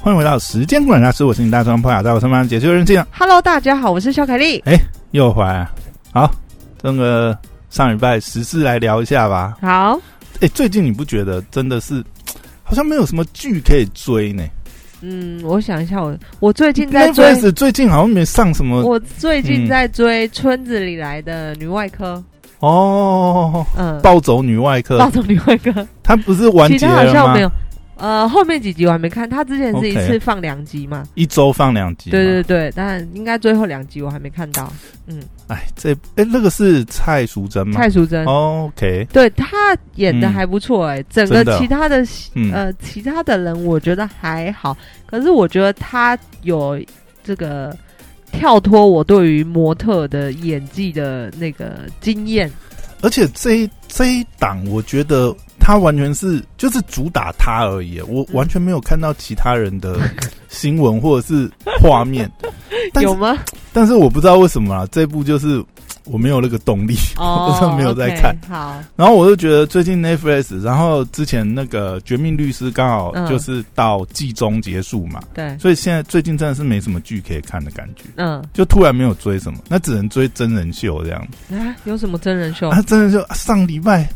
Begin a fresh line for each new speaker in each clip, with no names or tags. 欢迎回到时间管大师，我是你大双破雅，在我身旁解救人这样
Hello，大家好，我是小凯丽。
又回来了。好，那个上礼拜时事来聊一下吧。
好，
哎、最近你不觉得真的是好像没有什么剧可以追呢
嗯，我想一下我，我最近在追，
？Netflix 最近好像没上什么
我最近在追《村子里来的女外科》。
哦，
嗯，
暴走女外科
暴，走女外科，
它不是完
哦其
结
他好
了
像没
吗？
有。呃，后面几集我还没看，他之前是一
OK
次放两集嘛。
一周放两集嘛。
对对对，但应该最后两集我还没看到。
哎，这哎那个是蔡淑珍吗哦
蔡淑珍，
？OK，
对她演的
嗯
还不错哎、整
真
个
的哦
其他的
嗯，
呃，其他的人我觉得还好，可是我觉得他有这个跳脱我对于模特的演技的那个经验。
而且这一这一档，我觉得他完全是就是主打他而已，我
嗯
完全没有看到其他人的 新闻或者是画面。 但
有
是
吗？
但是我不知道为什么啊，这部就是我没有那个动力，
哦
我，真的没有在看。
OK，好，
然后我就觉得最近 Netflix，然后之前那个《绝命律师》刚好
嗯
就是到季中结束嘛，
对，
所以现在最近真的是没什么剧可以看的感觉。
嗯，
就突然没有追什么，那只能追真人秀这样。
啊，有什么真人秀？
啊，真人秀啊上礼拜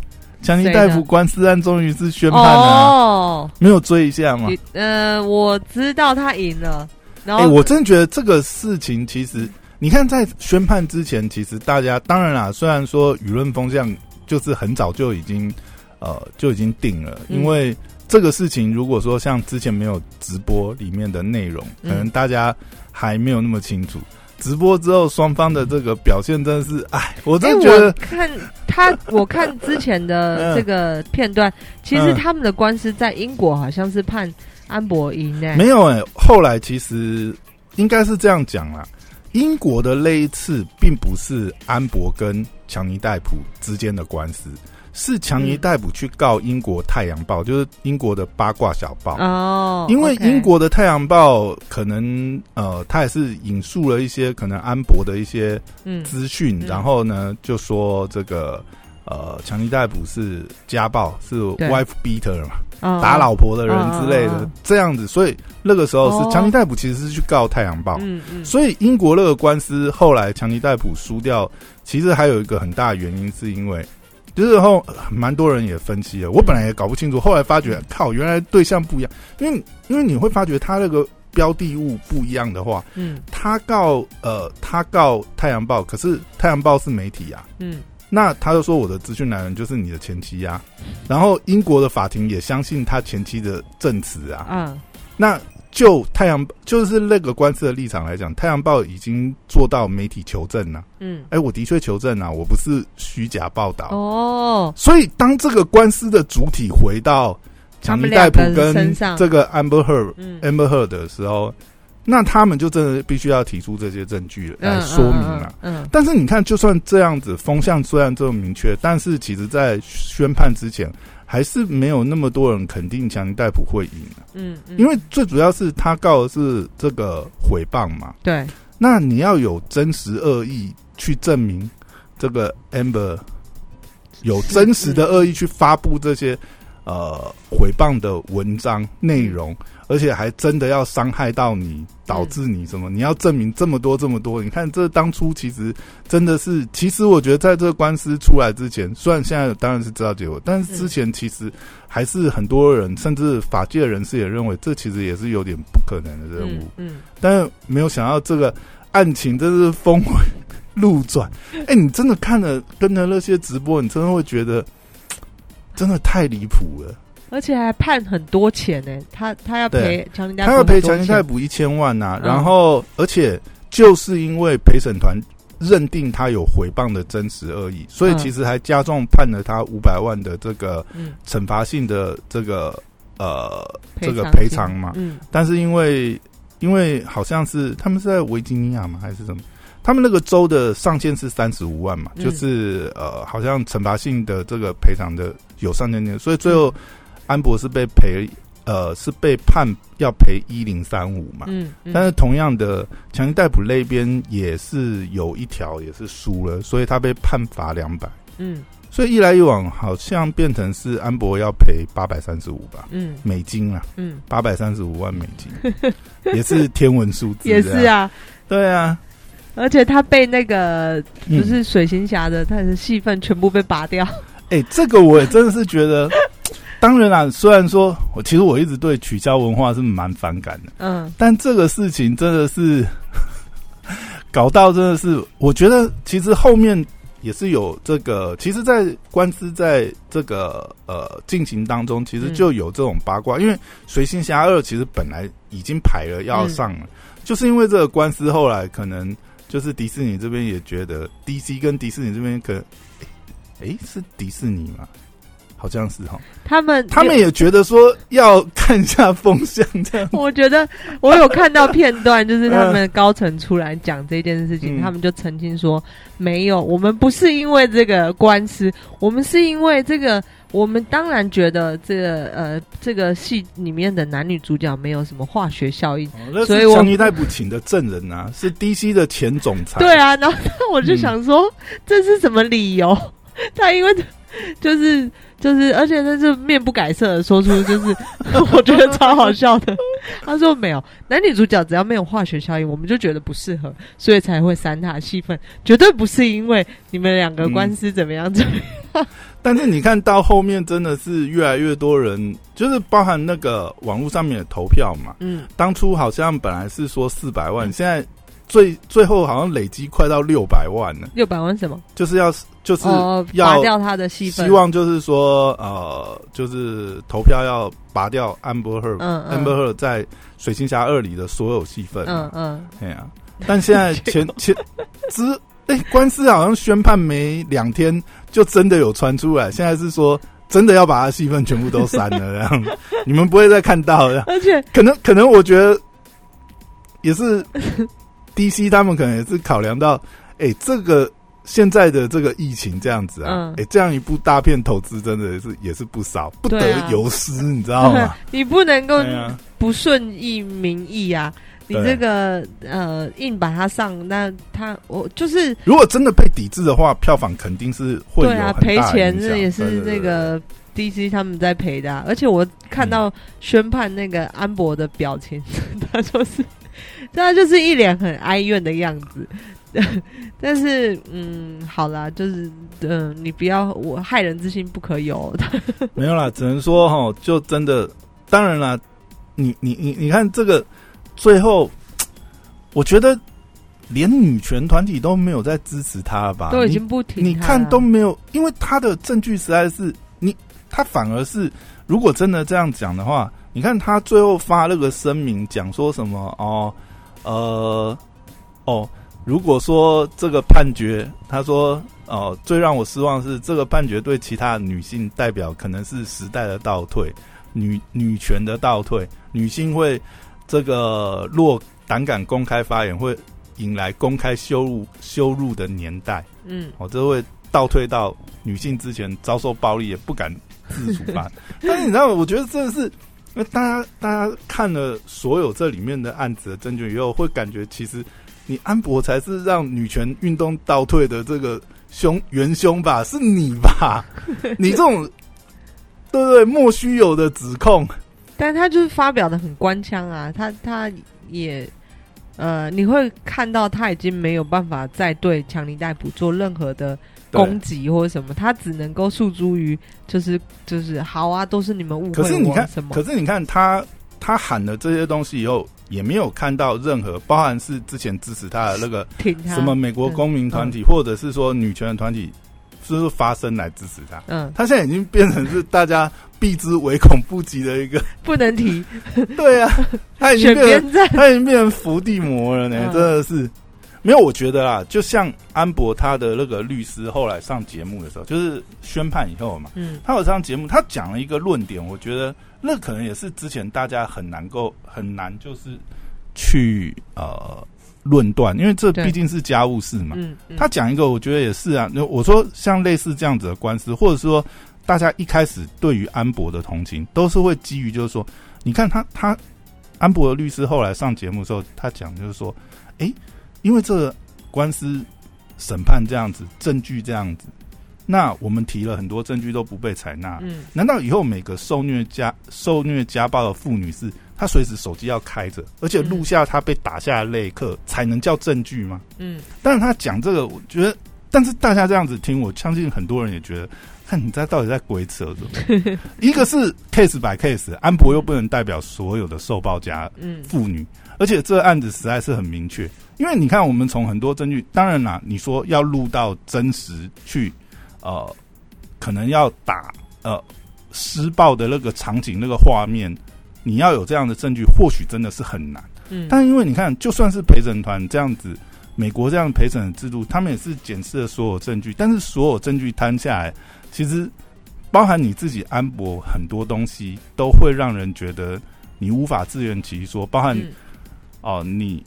强尼
谁
大
的
夫官司案终于是宣判了啊、
哦，
没有追一下吗？
你哦呃，我知道他赢了，然
哎、
后、
我真的觉得这个事情其实，你看在宣判之前，其实大家当然啦，虽然说舆论风向就是很早就已经呃就已经定了，
嗯
因为这个事情如果说像之前没有直播里面的内容，可
嗯
能大家还没有那么清楚。直播之后，双方的这个表现真的是，哎，我
哎、
真的觉
我
得，
看 他，我看之前的这个片段，其
嗯
实他们的官司在英国好像是判安博赢呢、
没有哎、后来其实应该是这样讲啦。英国的那一次并不是安博跟强尼戴普之间的官司，是强尼戴普去告英国《太阳报》，就是英国的八卦小报。
嗯哦，
因为
OK
英国的《太阳报》可能呃，它也是引述了一些可能安博的一些
嗯
资讯，
嗯
然后呢就说这个呃，强尼戴普是家暴，是
对
wife beater 嘛。
哦
打老婆的人之类
嗯嗯嗯
的
嗯，
这样子。所以那个时候
哦
是强尼戴普其实是去告《太阳报》，
嗯嗯，
所以英国那个官司后来强尼戴普输掉，其实还有一个很大的原因是因为。就是后蛮多人也分析了，我本来也搞不清楚，后来发觉靠，原来对象不一样，因为因为你会发觉他那个标的物不一样的话，
嗯
他告呃他告《太阳报》，可是《太阳报》是媒体啊，
嗯
那他就说我的资讯来源就是你的前妻呀、然后英国的法庭也相信他前妻的证词啊。
啊，
那就太阳就是那个官司的立场来讲，太阳报已经做到媒体求证了、
嗯
哎，我的确求证啊，我不是虚假报道。
哦，
所以当这个官司的主体回到强尼戴普
他们两个人
跟
身上
这个 Amber Heard、
嗯
Amber Heard 的时候，那他们就真的必须要提出这些证据来
嗯
说明了、
嗯，嗯
但是你看，就算这样子，风向虽然这么明确，但是其实在宣判之前，还是没有那么多人肯定强尼戴普会赢啊、
嗯嗯，
因为最主要是他告的是这个诽谤嘛，
对
那你要有真实恶意去证明这个 Amber 有真实的恶意去发布这些呃诽谤的文章内容，而且还真的要伤害到你，导致你什么？你要证明这么多这么多。你看，这当初其实真的是，其实我觉得在这个官司出来之前，虽然现在当然是知道结果，但是之前其实还是很多人，甚至法界人士也认为这其实也是有点不可能的任务。
嗯
但是没有想到这个案情真是峰回路 转。哎、你真的看了跟着那些直播，你真的会觉得真的太离谱了。
嗯，而且还判很多钱呢，他他要
对
赔强尼戴普
他
很
要
多
赔
钱，
强尼戴普一千万呐、
嗯
然后而且就是因为陪审团。认定他有诽谤的真实恶意，所以
嗯
其实还加重判了他五百万的这个
嗯，
惩罚性的这个呃
赔
这个
金
赔偿嘛。
嗯
但是因为因为好像是他们是在维吉尼亚嘛，还是什么？他们那个州的上限是三十五万嘛，
嗯
就是呃，好像惩罚性的这个赔偿的有上限金，所以最后安博是被赔呃是被判要赔一零三五嘛。
嗯，嗯
但是同样的，强尼戴普那边也是有一条也是输了，所以他被判罚两百。
嗯
所以一来一往，好像变成是安博要赔八百三十五吧
嗯
美金啊，
嗯，
八百三十五万美 金，也是天文数字，
也是，啊。
对啊，
而且他被那个
嗯
不是水行侠的，他的戏份全部被拔掉。
哎、这个我也真的是觉得，当然啦，虽然说我其实我一直对取消文化是蛮反感的，
嗯
但这个事情真的是 搞到真的是，我觉得其实后面也是有这个，其实，在官司在这个呃进行当中，其实
嗯
就有这种八卦，因为《随心侠二》其实本来已经排了要上了，就是因为这个官司后来可能就是迪士尼这边也觉得 DC 跟迪士尼这边可能，哎、诶是迪士尼吗？好像是哈，
他们
他们也觉得说要看一下风向这样。
我觉得我有看到片段，就是他们高层出来讲这件事情，
嗯
他们就澄清说，没有，我们不是因为这个官司，我们是因为这个，我们当然觉得这个呃，这个戏里面的男女主角没有什么化学效应。
哦那
所以
是
我
强尼逮捕请的证人啊，是 DC 的前总裁。
对，啊，然后我
嗯
就想说，这是什么理由？ 他因为就是就是，而且他是面不改色的说出，就是 我觉得超好笑的。 他说没有男女主角只要没有化学效应，我们就觉得不适合，所以才会删他的戏份，绝对不是因为你们两个官司怎么样怎么样。
但是你看到后面真的是越来越多人，就是包含那个网络上面的投票嘛，
嗯
当初好像本来是说四百万，现在最最后好像累积快到六百万了，
六百万什么？
就是要就是
哦，
要
拔掉他的戏份。
希望就是说呃，就是投票要拔掉 Amber Heard、
嗯
Amber
嗯
Heard 在《水星侠二》里的所有戏份嘛，
嗯嗯，
哎呀、但现 在前前之哎、官司好像宣判没两天，就真的有传出来，现在是说真的要把他戏份全部都删了，这样你们不会再看到 了。
而且
可能可能我觉得也是 DC 他们可能也是考量到，哎、这个。现在的这个疫情这样子啊，哎、
嗯
这样一部大片投资真的是也是不少，不
对
得
啊
有失，你知道 吗？
你不能够
对啊
不顺意民意啊，你
对
这个呃硬把它上，那他我就是
如果真的被抵制的话，票房肯定是会有
对
很大
啊
的
赔钱，
影响
这也
对
是
对对嗯
那个 DC 他们在赔的啊、而且我看到宣判那个安博的表情， 他就是他就是一脸很哀怨的样子。 但是，嗯，好啦，就是，嗯、你不要我害人之心不可有，
啊没有啦，只能说哈，就真的，当然啦，你你你你看这个最后，我觉得连女权团体都没有在支持他了吧？
都已经不挺
你你
他
看
了
都没有，因为他的证据实在是你，他反而是如果真的这样讲的话，你看他最后发那个声明，讲说什么哦，呃，哦，如果说这个判决，他说哦、最让我失望的是这个判决对其他女性代表可能是时代的倒退，女女权的倒退，女性会这个若胆敢公开发言，会引来公开羞辱羞辱的年代。
嗯，
哦，这会倒退到女性之前遭受暴力也不敢自主 吧。但是你知道，我觉得真的是，因为大家大家看了所有这里面的案子的证据以后，会感觉其实你安博才是让女权运动倒退的这个凶元凶吧，是你 吧？你这种对不对莫须有的指控，
但他就是发表的很官腔啊，他他也呃，你会看到他已经没有办法再对强尼逮捕做任何的
对
攻击或者什么，他只能够诉诸于就是就是好啊，都是你们误
可
会
是你
我
看
什，么
可，是你看他他喊了这些东西以后，也没有看到任何，包含是之前支持他的那个
挺他嗯
什么美国公民团体，或者是说女权的团体，就是发声来支持他。
嗯，
他现在已经变成是大家避之唯恐不及的 一个，
不能 提
对啊，他已经
选
变
边
成
站，
他已经变成伏地魔了呢，
嗯
真的是。没有，我觉得啊，就像安博他的那个律师后来上节目的时候，就是宣判以后嘛，
嗯
他有上节目，他讲了一个论点，我觉得那可能也是之前大家很难够很难就是去呃论断，因为这
对
毕竟是家务事嘛。
嗯，嗯
他讲一个，我觉得也是啊。那我说像类似这样子的官司，或者说大家一开始对于安博的同情，都是会基于就是说，你看他他安博的律师后来上节目的时候，他讲就是说，哎诶，因为这个官司审判这样子，证据这样子，那我们提了很多证据都不被采纳，
嗯，
难道以后每个受虐家受虐家暴的妇女是她随时手机要开着，而且录下她被打下的那一刻才能叫证据吗？
嗯，
但是她讲这个，我觉得，但是大家这样子听，我相信很多人也觉得，看你在到底在鬼扯什么？一个是 case by case，安博又不能代表所有的受暴家
嗯，
妇女，而且这案子实在是很明确，因为你看，我们从很多证据，当然啦，你说要录到真实去，呃，可能要打呃施暴的那个场景、那个画面，你要有这样的证据，或许真的是很难。
嗯，
但因为你看，就算是陪审团这样子，美国这样陪审的制度，他们也是检视了所有证据，但是所有证据摊下来，其实包含你自己安博很多东西，都会让人觉得你无法自圆其说，包含
嗯
哦、你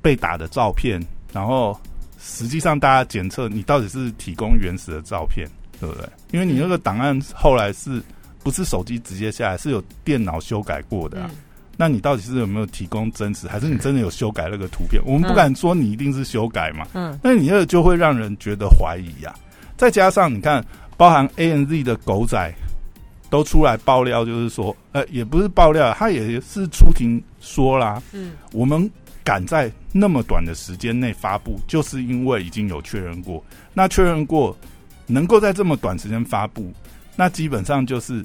被打的照片，然后实际上大家检测你到底是提供原始的照片，对不对？因为你那个档案后来是不是手机直接下来，是有电脑修改过的啊、
嗯
那你到底是有没有提供真实，还是你真的有修改那个图片？我们不敢说你一定是修改嘛，
嗯
那你那个就会让人觉得怀疑呀、再加上你看，包含 A N Z 的狗仔都出来爆料，就是说，呃，也不是爆料，他也是出庭说啦，
嗯
我们赶在那么短的时间内发布，就是因为已经有确认过。那确认过能够在这么短时间发布，那基本上就是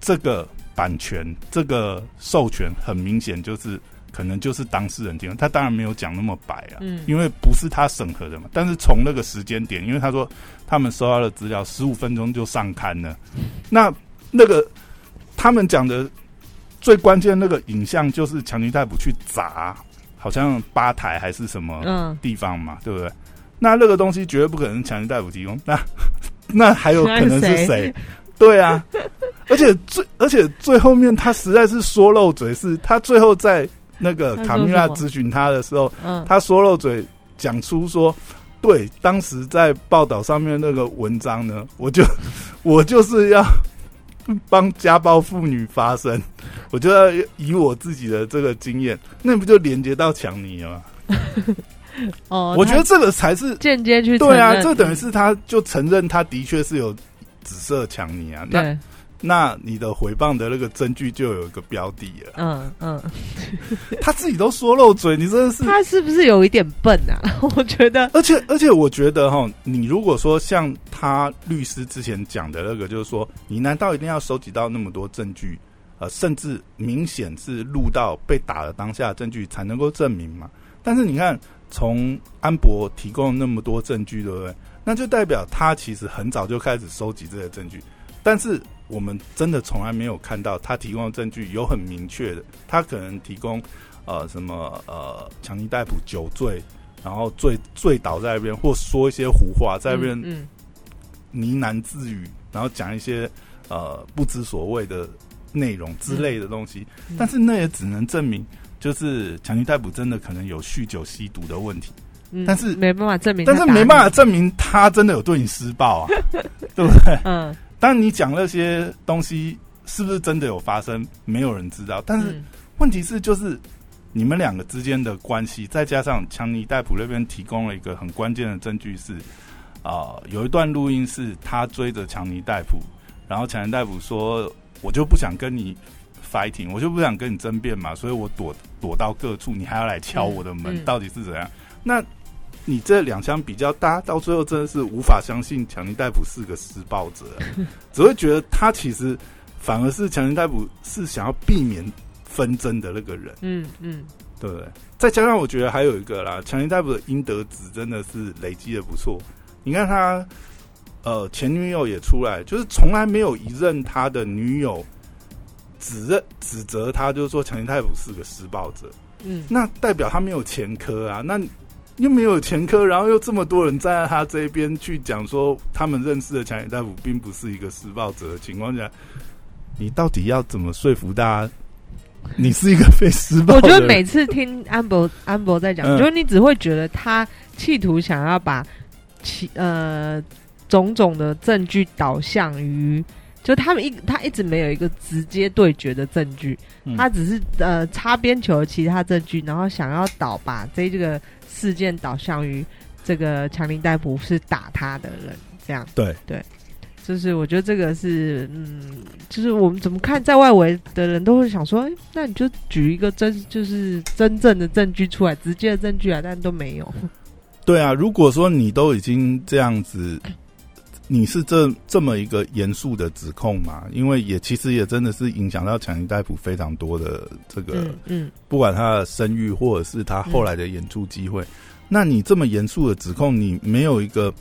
这个版权、这个授权，很明显就是可能就是当事人提供。他当然没有讲那么白啊，
嗯，
因为不是他审核的嘛。但是从那个时间点，因为他说他们收到的资料十五分钟就上刊了，那那个他们讲的最关键那个影像就是强尼戴普去砸，好像吧台还是什么
嗯，
地方嘛，对不对？那那个东西绝对不可能是强尼戴普提供，那 那还有可能
那
是
是
谁
谁？
对啊，而且最而且最后面他实在是说漏嘴，是他最后在那个
他说
卡米拉
什么
咨询他的时候，
嗯，
他说漏嘴，讲出说，对，当时在报道上面那个文章呢，我就 我就是要帮家暴妇女发声，我就要以我自己的这个经验，那不就连接到强尼了吗？
哦，
我觉得
他
这个才是
间接去
对啊，
承认嗯
这等于是他就承认他的确是有紫色强尼啊，那
对，
那你的回谤的那个证据就有一个标的了，
嗯嗯，
他自己都说漏嘴，你真的是
他是不是有一点笨啊？ 我觉得，
而且而且，我觉得哈，你如果说像他律师之前讲的那个，就是说，你难道一定要收集到那么多证据，呃，甚至明显是录到被打的当下的证据才能够证明嘛？但是你看，从安博提供那么多证据，对不对？那就代表他其实很早就开始收集这些证据，但是我们真的从来没有看到他提供的证据有很明确的，他可能提供呃什么呃强尼逮捕酒醉，然后醉醉倒在那边，或说一些胡话在那边
嗯
呢喃自语，然后讲一些呃不知所谓的内容之类的东西，
嗯
但是那也只能证明。就是强尼逮捕真的可能有酗酒、吸毒的问题，
嗯，
但是
没办法证明，
但是没办法，证明他真的有对你施暴啊，对不对？
嗯，
当然，你讲那些东西是不是真的有发生，没有人知道。但是
嗯
问题是，就是你们两个之间的关系，再加上强尼戴普那边提供了一个很关键的证据是，啊、有一段录音是他追着强尼戴普，然后强尼戴普说：“我就不想跟你 fighting，我就不想跟你争辩嘛，所以我躲躲到各处，你还要来敲我的门，
嗯嗯
到底是怎样？”那你这两相比较，大家到最后真的是无法相信强尼戴普是个施暴者，只会觉得他其实反而是强尼戴普是想要避免纷争的那个人，
嗯嗯
对不对？再加上我觉得还有一个啦，强尼戴普的应得值真的是累积的不错。你看他，呃，前女友也出来，就是从来没有一任他的女友指认指责他，就是说强尼戴普是个施暴者。
嗯，
那代表他没有前科啊，那又没有前科，然后又这么多人站在他这边去讲说他们认识的强野大夫并不是一个施暴者的情况下，你到底要怎么说服大家？你是一个被施暴
我
的
觉
人？
得每次听 安博安博在讲，
嗯
就是你只会觉得他企图想要把其呃种种的证据导向于，就他们一他一直没有一个直接对决的证据，
嗯
他只是呃擦边球其他证据，然后想要导把这这个事件导向于这个强林逮捕是打他的人这样。
对
对，就是我觉得这个是，嗯，就是我们怎么看，在外围的人都会想说，哎、那你就举一个真，就是真正的证据出来，直接的证据啊，但都没有。
对啊，如果说你都已经这样子，你是这这么一个严肃的指控嘛？因为也其实也真的是影响到强尼戴普非常多的这个，
嗯嗯，
不管他的声誉或者是他后来的演出机会。那你这么严肃的指控，你没有一个，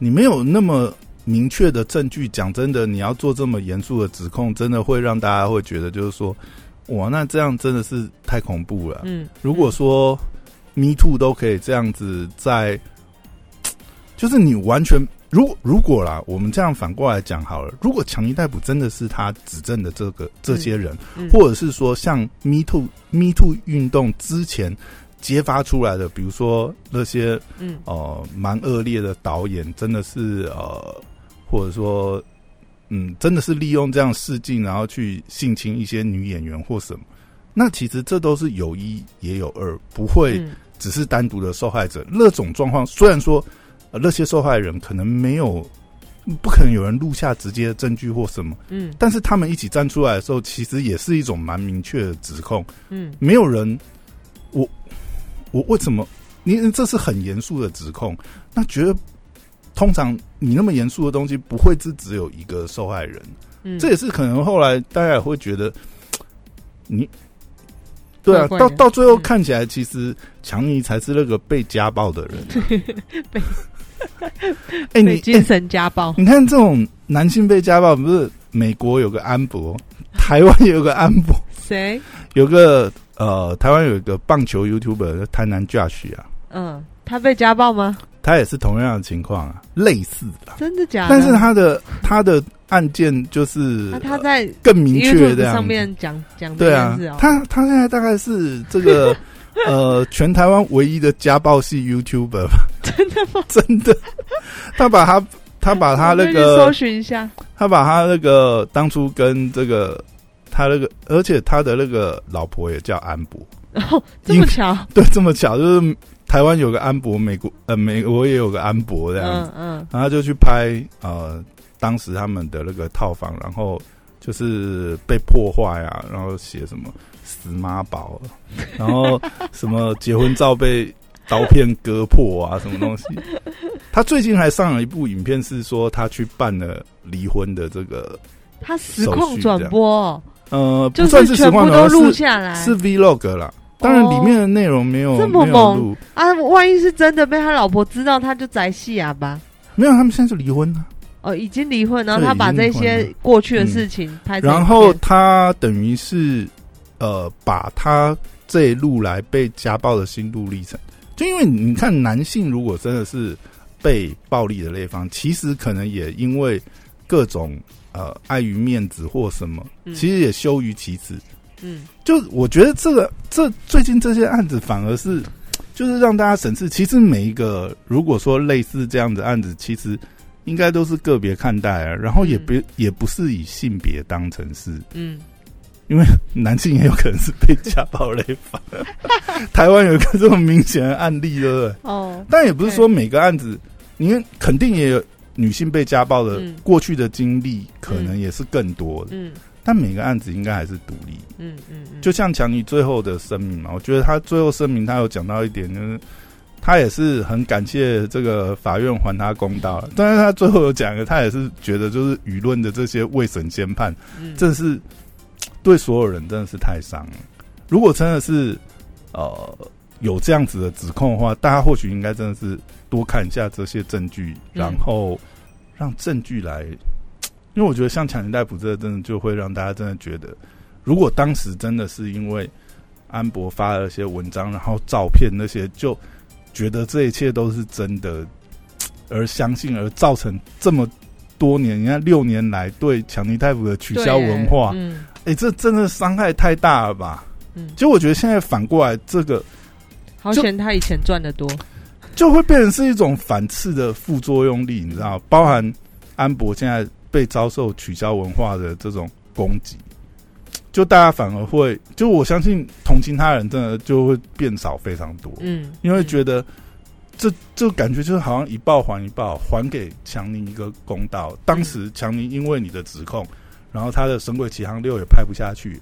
你没有那么明确的证据。讲真的，你要做这么严肃的指控，真的会让大家会觉得就是说，哇，那这样真的是太恐怖了。
嗯，
如果说 Me Too 都可以这样子在，就是你完全如如果啦，我们这样反过来讲好了，如果强尼逮捕真的是他指证的这个这些人，
嗯
或者是说像 Me Too Me Too 运动之前揭发出来的，比如说那些
嗯
呃蛮恶劣的导演，真的是呃，或者说嗯，真的是利用这样试镜，然后去性侵一些女演员或什么。那其实这都是有一也有二，不会
嗯
只是单独的受害者。那种状况虽然说、呃那些受害人可能没有，不可能有人录下直接的证据或什么，
嗯
但是他们一起站出来的时候，其实也是一种蛮明确的指控。
嗯
没有人，我我为什么？你这是很严肃的指控，那绝对通常你那么严肃的东西，不会是只有一个受害人。
嗯，
这也是可能后来大家也会觉得你。对啊，
怪怪
到
的
到最后
嗯
看起来，其实强尼才是那个被家暴的人啊、
被
哎、你
被
哎
精神家暴。
你看这种男性被家暴，不是美国有个安博， 台湾也有个安博，
谁？
有个呃，台湾有一个棒球 YouTuber 叫台南 Josh 啊，
嗯，他被家暴吗？
他也是同样的情况啊，类似的啊，
真的假的？
但是他的他的案件就是、
啊、他
呃
在
更明确
YouTube
这样
上
子
面讲讲这
对
件
啊
事，哦。
他他现在大概是这个 呃，全台湾唯一的家暴系 YouTuber 吧？真的吗？真的，他把他他把他
我
那
就去
个
搜寻一下，
他把他那个当初跟这个他那个，而且他的那个老婆也叫安博，
然后哦这么巧，
对，这么巧，就是台湾有个安博，美国呃美国也有个安博这样子，
嗯嗯
然后他就去拍呃当时他们的那个套房，然后就是被破坏啊，然后写什么死妈宝，啊然后什么结婚照被刀片割破啊，什么东西。他最近还上了一部影片，是说他去办了离婚的这个。
他实况转播哦，
呃，不
就
算实
全
况
部
的，
都录
是
下来
是 vlog 啦。当然，里面的内容没有、
哦这么
没有
猛
录，
啊！万一是真的被他老婆知道，他就宅戏哑巴。
没有，他们现在就离婚了。
哦，已经离婚，然后
对
他把这
已经离
些
婚嗯
过去的事情拍成影片。
然后他等于是呃，把他这一路来被家暴的心路历程，就因为你看，男性如果真的是被暴力的那一方，其实可能也因为各种呃碍于面子或什么，
嗯
其实也羞于启齿。
嗯
就我觉得这个这最近这些案子反而是，就是让大家审视。其实每一个如果说类似这样的案子，其实应该都是个别看待啊，然后也别、也不是以性别当成是
嗯，
男性也有可能是被家暴类方。 台湾有一个这种明显的案例，对不对？
哦，
但也不是说每个案子，因为肯定也有女性被家暴的、
嗯
过去的经历，可能也是更多的。
嗯
但每个案子应该还是独立的
嗯嗯嗯，
就像强尼最后的声明嘛，我觉得他最后声明他有讲到一点，就是他也是很感谢这个法院还他公道了。但是他最后有讲一个，他也是觉得就是舆论的这些未审先判，
嗯
真的是对所有人真的是太伤了。如果真的是呃有这样子的指控的话，大家或许应该真的是多看一下这些证据，
嗯
然后让证据来，因为我觉得像强尼逮捕这个真的就会让大家真的觉得，如果当时真的是因为安博发了一些文章，然后照片那些，就觉得这一切都是真的，而相信而造成这么。多年，你看六年来对强尼大夫的取消
对
文化，
嗯
哎、这真的伤害太大了吧？
嗯，
就我觉得现在反过来，这个
好险他以前赚的多。
就会变成是一种反刺的副作用力，你知道吗，包含安博现在被遭受取消文化的这种攻击，就大家反而会，就我相信同情他人真的就会变少非常多，
嗯，
因为觉
得
得这这感觉就是好像一报还一报，还给强尼一个公道。当
嗯
时强尼因为你的指控，然后他的《神鬼奇航六》也拍不下去，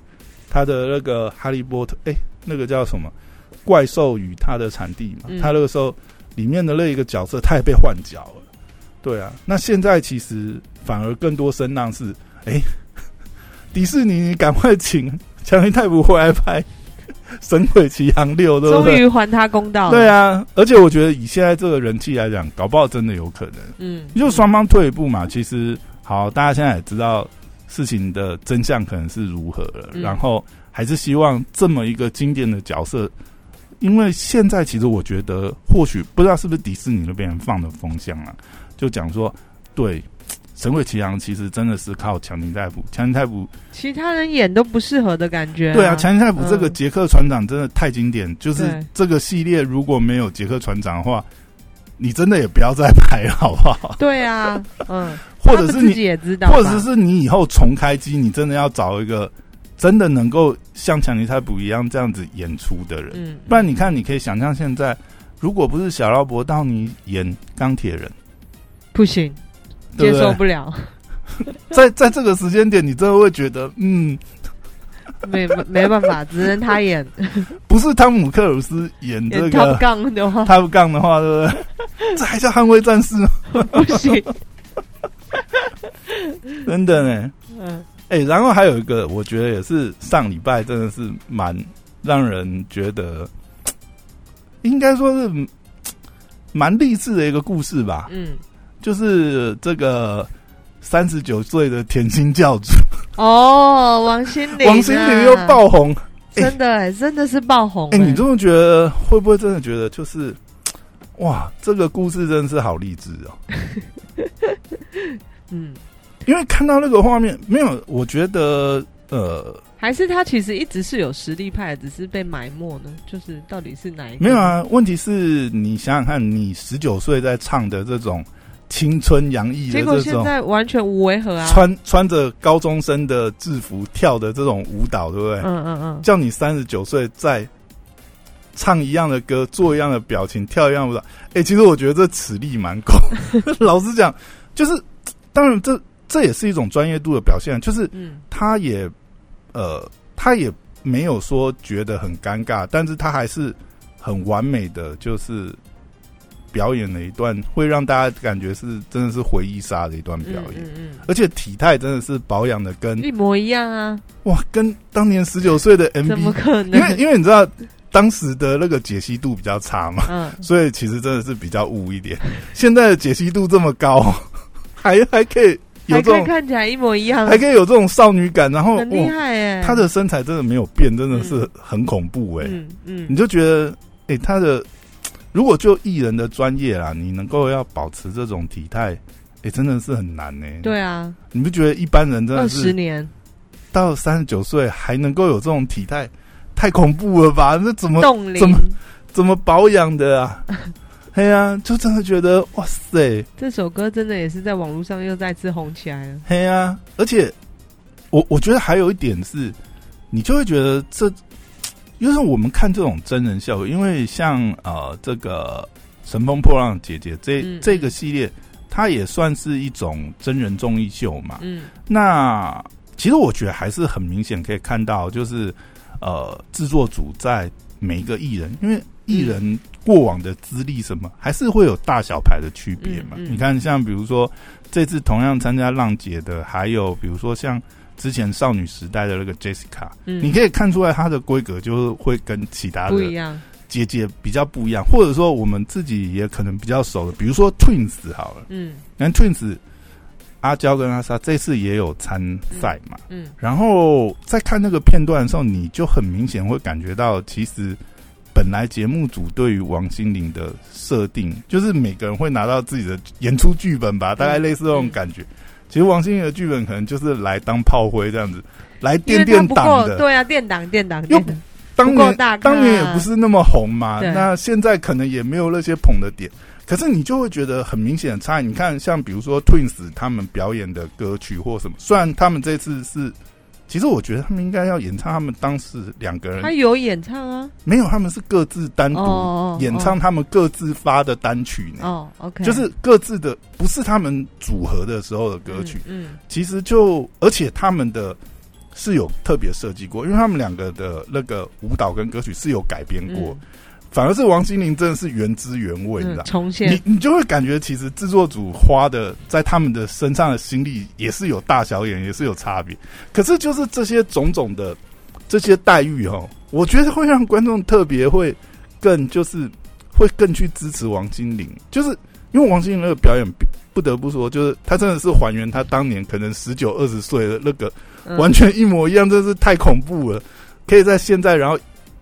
他的那个《哈利波特》哎，那个叫什么《怪兽与他的产地》嘛，
嗯
他那个时候里面的那一个角色他也被换角了。对啊，那现在其实反而更多声浪是，哎，迪士尼，你赶快请强尼泰普回来拍《神鬼奇航六》，对不
终
对？啊
于还他公道了。
对，啊，而且我觉得以现在这个人气来讲，搞不好真的有可能。
嗯，
就双方退一步嘛，其实好，大家现在也知道事情的真相可能是如何了，
嗯
然后还是希望这么一个经典的角色。因为现在其实我觉得，或许不知道是不是迪士尼那边放的风向啊，就讲说，对，《神鬼奇航》其实真的是靠强尼戴普，强尼戴普
其他人演都不适合的感觉、
对啊，强尼泰普这个
嗯
杰克船长真的太经典，就是
对
这个系列如果没有杰克船长的话，你真的也不要再拍了，好不好？
对啊，嗯，
或者
他
是
们自己
你，
也知道吧，
或者是你以后重开机，你真的要找一个真的能够像强尼泰普一样这样子演出的人，
嗯，
不然你看，你可以想象现在，如果不是小劳勃道尼演钢铁人，
不行，
对
接
不
受
对？
不了，
在在这个时间点，你真的会觉得，嗯，
没没办法，只能他演
不是汤姆克鲁斯演这
演
个
Top 杠的话
他不杠的话，对不对？ 这还叫捍卫战士吗？
不行，
真的呢。
嗯
哎、然后还有一个，我觉得也是上礼拜真的是蛮让人觉得，应该说是嗯蛮励志的一个故事吧。
嗯，
就是这个三十九岁的甜心教主
哦，王心凌、
王心凌又，爆红。
真的、真的是爆红、
哎、
哎
你这么觉得，会不会真的觉得就是，哇，这个故事真的是好励志哦？
嗯，
因为看到那个画面，没有，我觉得呃，
还是他其实一直是有实力派，只是被埋没呢，就是到底是哪一个？
没有，啊，问题是你想想看，你十九岁在唱的这种青春洋溢的
结果
这
现
种，
在完全无违和啊，
穿穿着高中生的制服跳的这种舞蹈，对不对？
嗯嗯嗯，
叫你三十九岁再唱一样的歌，做一样的表情，跳一样的舞蹈，哎、其实我觉得这齿力蛮够。 老实讲，就是当然这这也是一种专业度的表现，就是
嗯
他也呃，他也没有说觉得很尴尬，但是他还是很完美的，就是表演了一段会让大家感觉是真的是回忆杀的一段表
嗯
演，
嗯
而且体态真的是保养的跟
嗯，一模一样啊，
哇，跟当年十九岁的
怎
MV，
么可
因
能？
为因为你知道当时的那个解析度比较差嘛，
嗯，
所以其实真的是比较雾一点。现在的解析度这么高， 还还可以有
还
这
可以
种。
看起来一模一样，
还可以有这种少女感，然后哦
很厉
哇
害哎、
他的身材真的没有变，真的是很恐怖哎、
嗯嗯，
你就觉得，哎、他的如果就艺人的专业啦，你能够要保持这种体态，哎、真的是很难呢、，欸
对啊，
你不觉得一般人真
二
的
十
是
年
到三十九岁还能够有这种体态，太恐怖了吧？那怎么
冻龄
怎，么怎么保养的啊？ 哎呀、就真的觉得哇塞，
这首歌真的也是在网络上又再次红起来了。
嘿呀、而且我我觉得还有一点是，你就会觉得这，就是我们看这种真人秀，因为像呃这个《乘风破浪的姐姐》这、
嗯
这个系列，它也算是一种真人综艺秀嘛。
嗯
那其实我觉得还是很明显可以看到，就是呃制作组在每一个艺人，因为艺人过往的资历什么，还是会有大小牌的区别嘛。
嗯嗯
你看，像比如说这次同样参加浪姐的，还有比如说像之前少女时代的那个 Jessica，、
嗯，
你可以看出来她的规格就是会跟其他
不一
的
样。
姐姐比较不一样，或者说我们自己也可能比较熟的，比如说 Twins 好了。
嗯
然后 Twins 阿娇跟阿莎这次也有参赛嘛，
嗯
然后在看那个片段的时候，你就很明显会感觉到，其实本来节目组对于王心凌的设定，就是每个人会拿到自己的演出剧本吧，
嗯
大概类似这种感觉。其实王心凌的剧本可能就是来当炮灰这样子，来
因
垫
为它
垫
不
档
够，
的。
对啊，电档电档
又
电档，
当
不够
年
大咖啊
当年也不是那么红嘛，
对
那现在可能也没有那些捧的点，可是你就会觉得很明显的差异。你看，像比如说 Twins 他们表演的歌曲或什么，虽然他们这次是其实我觉得他们应该要演唱他们当时两个
他
人，
有演唱啊，
没有他们是各自单
哦
独
哦，哦
嗯演唱他们各自发的单曲呢，
哦，OK，
就是各自的不是他们组合的时候的歌曲，，
嗯
其实就而且他们的是有特别设计过，因为他们两个的那个舞蹈跟歌曲是有改编
嗯，
过，
嗯
反而是王心凌真的是原汁原味，你知道
嗯，。重现
你你就会感觉，其实制作组花的在他们的身上的心力也是有大小眼，也是有差别。可是就是这些种种的这些待遇哦，我觉得会让观众特别会更就是会更去支持王心凌，就是因为王心凌那个表演，不不得不说，就是她真的是还原她当年可能十九二十岁的那个
嗯
完全一模一样，真是太恐怖了。可以在现在，然后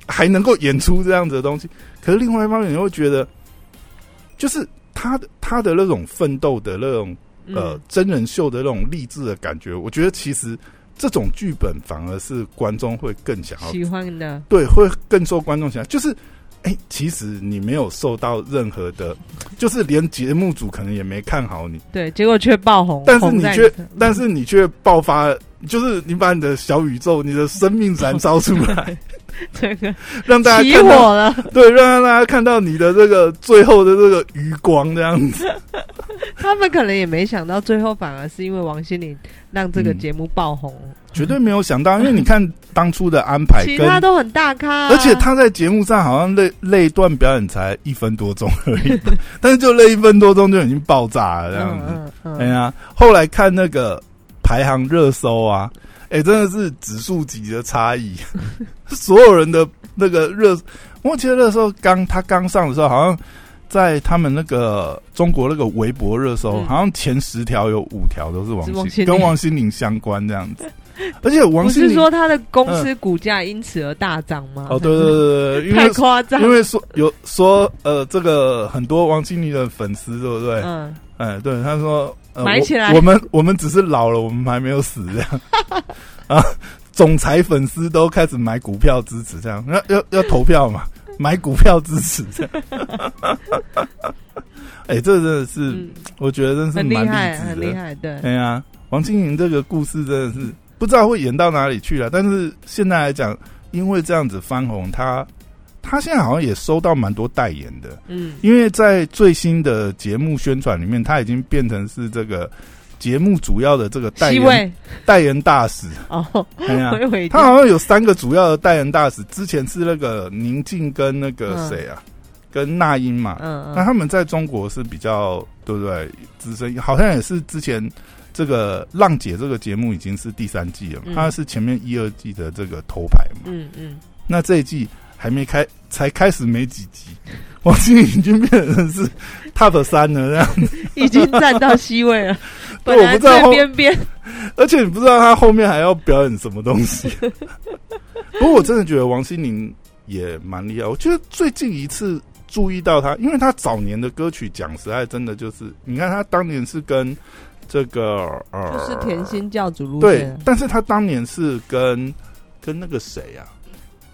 还能够演出这样子的东西。可是另外一方面，你会觉得，就是他的他的那种奋斗的那种呃
嗯
真人秀的那种励志的感觉，我觉得其实这种剧本反而是观众会更想要，
喜欢的，
对，会更受观众想要。就是，哎，其实你没有受到任何的，就是连节目组可能也没看好你，
对，结果却爆红，
但是
红
你
在
却
身，
但是你却爆发，就是你把你的小宇宙、你的生命燃烧出来，
这个
让大家
起
看到，
火了，
对，让大家看到你的这个最后的这个余光这样子。
他们可能也没想到，最后反而是因为王心凌让这个
嗯
节目爆红，
绝对没有想到，因为你看当初的安排
其
哎跟，
他都很大咖啊，
而且他在节目上好像那那一段表演才一分多钟而已，但是就那一分多钟就已经爆炸了这样子。
嗯嗯
哎
嗯，
呀，后来看那个排行热搜啊，哎、真的是指数级的差 异，所有人的那个热，我记得那时候刚他刚上的时候，好像在他们那个中国那个微博热搜，
嗯
好像前十条有五条都是王
是王
心
心凌
跟王心凌相关这样 子，而且王
不
心
是
凌嗯
说他的公司股价因此而大涨吗？
哦，对对对对，对因
太
为。
夸张，
因为说有说呃，这个很多王心凌的粉丝，对不对？
嗯，
哎，对，他说，呃、
买起来
我我们我们只是老了，我们还没有死这 样啊。总裁粉丝都开始买股票支持这样，要要要投票 嘛，买股票支持这样。哎、这真的是，
嗯
我觉得真是
很厉
蛮
害，
励
很
志
厉
的。
害，对，
哎呀、王心凌这个故事真的是不知道会演到哪里去了，但是现在来讲，因为这样子翻红，她她现在好像也收到蛮多代言的。
嗯，
因为在最新的节目宣传里面，他已经变成是这个节目主要的这个代
七
言
位
代言大使。
哦，
哎呀
我，以为已经
他好像有三个主要的代言大使，之前是那个宁静跟那个
嗯
谁啊，跟那英嘛。
嗯
啊那
嗯，
他们在中国是比较对不对？资深好像也是之前这个《浪姐》这个节目已经是第三季了嘛，
嗯
他是前面一二季的这个头牌嘛。
嗯嗯，
那这一季还没开，才开始没几集， 王心凌已经变成是 top 三了这样，
已经站到 C 位了，
对
本来
我不知道
在
后
边边，
而且你不知道她后面还要表演什么东西。 不过我真的觉得王心凌也蛮厉害，我觉得最近一次注意到她，因为她早年的歌曲讲实在真的就是，你看她当年是跟这个呃，
就是甜心教主路
对
线，，
但是她当年是跟跟那个谁啊，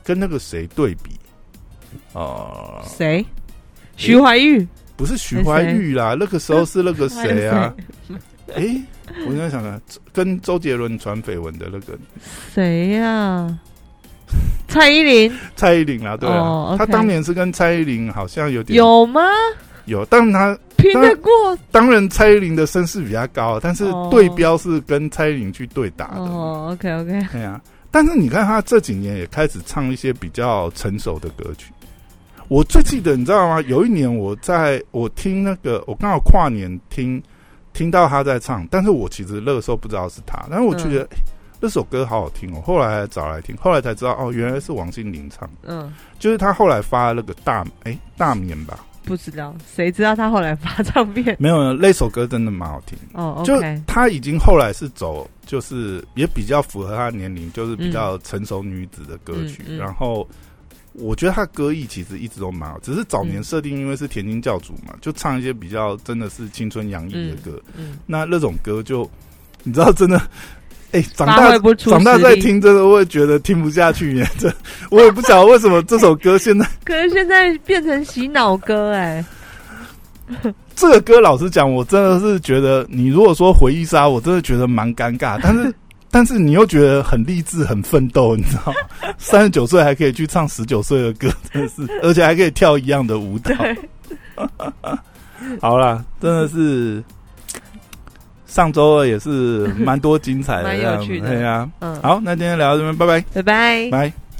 跟那个谁对比。呃，
谁？徐怀钰，
不是徐怀钰 啦，那个时候是那个谁啊？哎、我在想啊，跟周杰伦传绯闻的那个
谁 呀？蔡依林
蔡依林啦，对啊，
哦，OK
他当年是跟蔡依林好像有点
有吗？
有，但他
拼
当
得
然
过？
当然蔡依林的声势比较高，但是
哦
对标是跟蔡依林去对打的，
哦，OK OK，
对啊。但是你看他这几年也开始唱一些比较成熟的歌曲。我最记得你知道吗？有一年我在我听那个，我刚好跨年听听到他在唱，但是我其实那个时候不知道是他，但是我就觉得、诶那首歌好好听哦。后来找来听，后来才知道哦，原来是王心凌唱，
嗯，
就是他后来发那个大哎、大眠吧，
不知道，谁知道他后来发唱片？
没有那首歌真的蛮好听。
哦
就
，OK，
他已经后来是走，就是也比较符合他年龄，就是比较成熟女子的歌曲。
嗯嗯嗯嗯
然后我觉得他歌艺其实一直都蛮好，只是早年设定因为是田径教主嘛，就唱一些比较真的是青春洋溢的歌。
嗯，
那那种歌就你知道，真的， 哎、长
发
大
挥不出
长大
实
再
力，
听，真的会觉得听不下去。这我也不晓得为什么这首歌现在
可是现在变成洗脑歌哎，
这 个歌，老实讲，我真的是觉得，你如果说回忆杀，我真的觉得蛮尴尬。但是但是你又觉得很励志、很奋斗，你知道 吗？三十九岁还可以去唱十九岁的歌，真的是，而且还可以跳一样的舞蹈。
对，
好啦，真的是上周二也是蛮多精彩的，
蛮有趣的哎
对啊。
嗯，
好，那今天聊到这边，拜拜，
拜拜。
拜。